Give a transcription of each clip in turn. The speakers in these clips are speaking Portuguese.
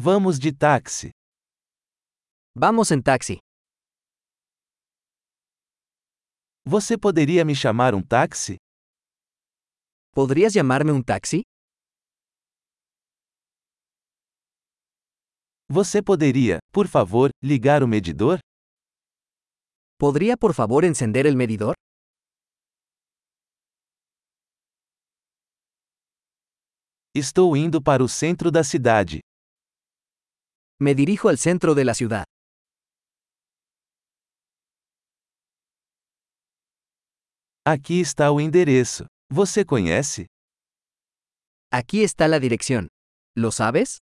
Vamos de táxi. Vamos en taxi. Você poderia me chamar um táxi? ¿Podrías llamarme un taxi? Você poderia, por favor, ligar o medidor? ¿Podría por favor encender el medidor? Estou indo para o centro da cidade. Me dirijo al centro de la ciudad. Aqui está o endereço. Você conhece? Aquí está la dirección. ¿Lo sabes?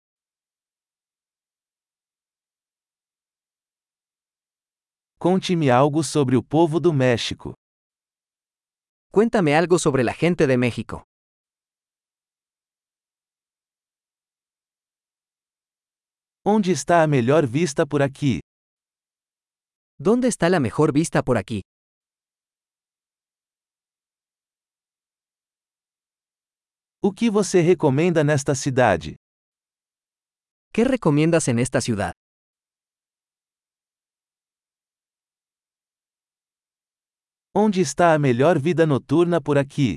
Conte-me algo sobre o povo do México. Cuéntame algo sobre la gente de México. Onde está a melhor vista por aqui? ¿Dónde está la mejor vista por aquí? O que você recomenda nesta cidade? ¿Qué recomiendas en esta ciudad? Onde está a melhor vida noturna por aqui?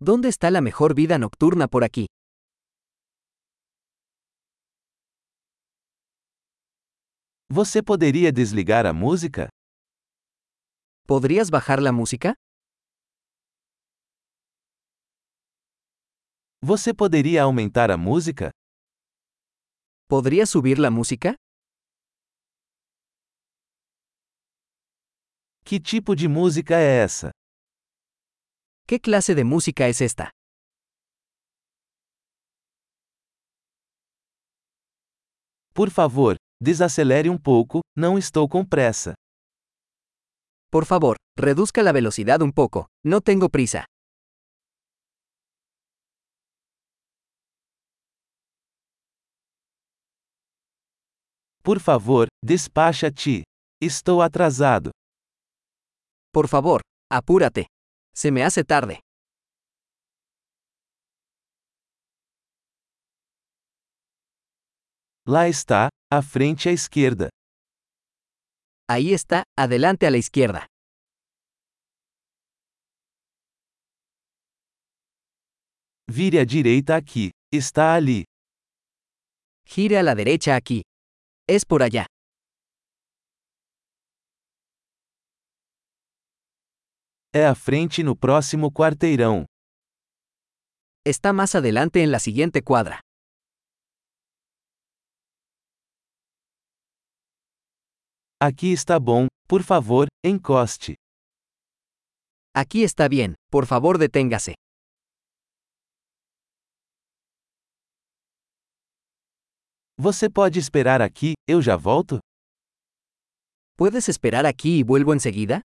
¿Dónde está la mejor vida nocturna por aquí? Você poderia desligar a música? ¿Podrías bajar la música? Você poderia aumentar a música? ¿Podrías subir la música? Que tipo de música é essa? ¿Qué clase de música es esta? Por favor, desacelere um pouco, não estou com pressa. Por favor, reduzca la velocidad un poco, no tengo prisa. Por favor, despacha-te. Estou atrasado. Por favor, apúrate. Se me hace tarde. Lá está, à frente à esquerda. Ahí está, adelante a la izquierda. Vire à direita aqui. Está ali. Gire a la derecha aquí. Es por allá. É à frente no próximo quarteirão. Está más adelante en la siguiente cuadra. Aqui está bom, por favor, encoste. Aquí está bien, por favor deténgase. Você pode esperar aqui, eu já volto? ¿Puedes esperar aquí y vuelvo enseguida?